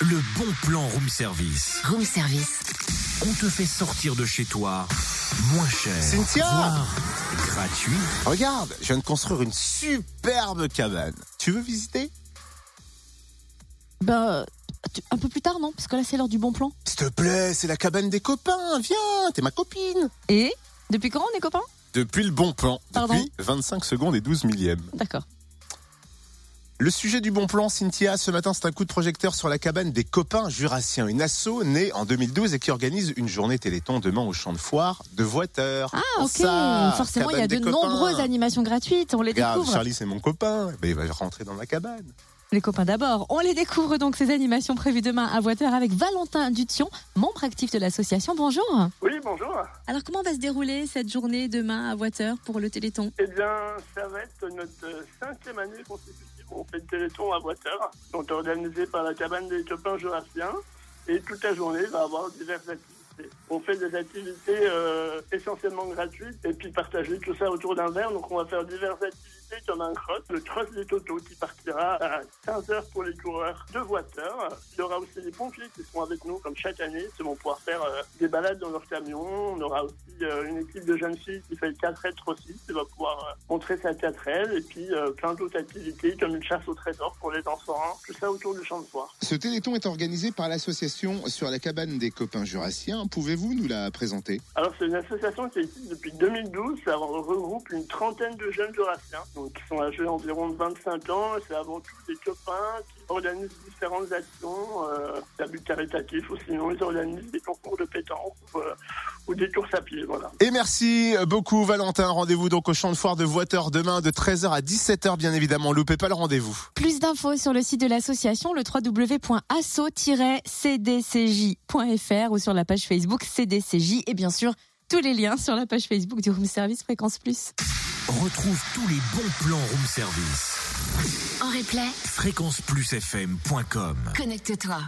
Le bon plan room service. Room service. On te fait sortir de chez toi moins cher. Cynthia voire Gratuit. Regarde, je viens de construire une superbe cabane. Tu veux visiter Bah, tu- un peu plus tard, non Parce que là, c'est l'heure du bon plan. S'il te plaît, c'est la cabane des copains. Viens, t'es ma copine. Et Depuis quand on est copains Depuis le bon plan. Pardon Depuis 25 secondes et 12 millièmes. D'accord. Le sujet du bon plan, Cynthia, ce matin, c'est un coup de projecteur sur la cabane des copains jurassiens. Une asso née en 2012 et qui organise une journée téléthon demain au champ de foire de voiteurs. Ah, ok. Ça, Forcément, il y a cabane des de copains. nombreuses animations gratuites. On les Regarde, découvre. Charlie, c'est mon copain. Eh ben, il va rentrer dans ma cabane. Les copains d'abord. On les découvre donc ces animations prévues demain à Voiture avec Valentin Dution, membre actif de l'association. Bonjour. Oui, bonjour. Alors, comment va se dérouler cette journée demain à Voiture pour le Téléthon Eh bien, ça va être notre euh, cinquième année consécutive. On fait le Téléthon à Boiteur, donc organisé par la cabane des copains jurassiens. Et toute la journée, il va y avoir diverses activités. On fait des activités euh, essentiellement gratuites et puis partager tout ça autour d'un verre. Donc, on va faire diverses activités comme un cross, le cross des totos qui partira à 15h pour les coureurs de voiteurs. Il y aura aussi les pompiers qui seront avec nous comme chaque année. Ils vont pouvoir faire euh, des balades dans leur camion. On aura aussi euh, une équipe de jeunes filles qui fait le 4 être aussi. qui va pouvoir euh, montrer sa 4 et puis euh, plein d'autres activités comme une chasse au trésor pour les enfants. Tout ça autour du champ de foire. Ce téléthon est organisé par l'association Sur la cabane des copains jurassiens. Pouvez-vous nous la présenter Alors, c'est une association qui existe depuis 2012. Ça regroupe une trentaine de jeunes jurassiens, donc qui sont âgés environ de 25 ans. Et C'est avant tout des copains qui organisent différentes actions, euh, à but caritatif, ou sinon ils organisent des concours de pétanque ou, euh, ou des courses à pied. Voilà. Et merci beaucoup Valentin. Rendez-vous donc au champ de foire de Voiteur demain de 13h à 17h bien évidemment. Loupez pas le rendez-vous. Plus d'infos sur le site de l'association, le www.asso-cdcj.fr ou sur la page Facebook CDCJ et bien sûr tous les liens sur la page Facebook du Room Service Fréquence Plus. Retrouve tous les bons plans room service. En replay, Fréquenceplusfm.com. connecte-toi.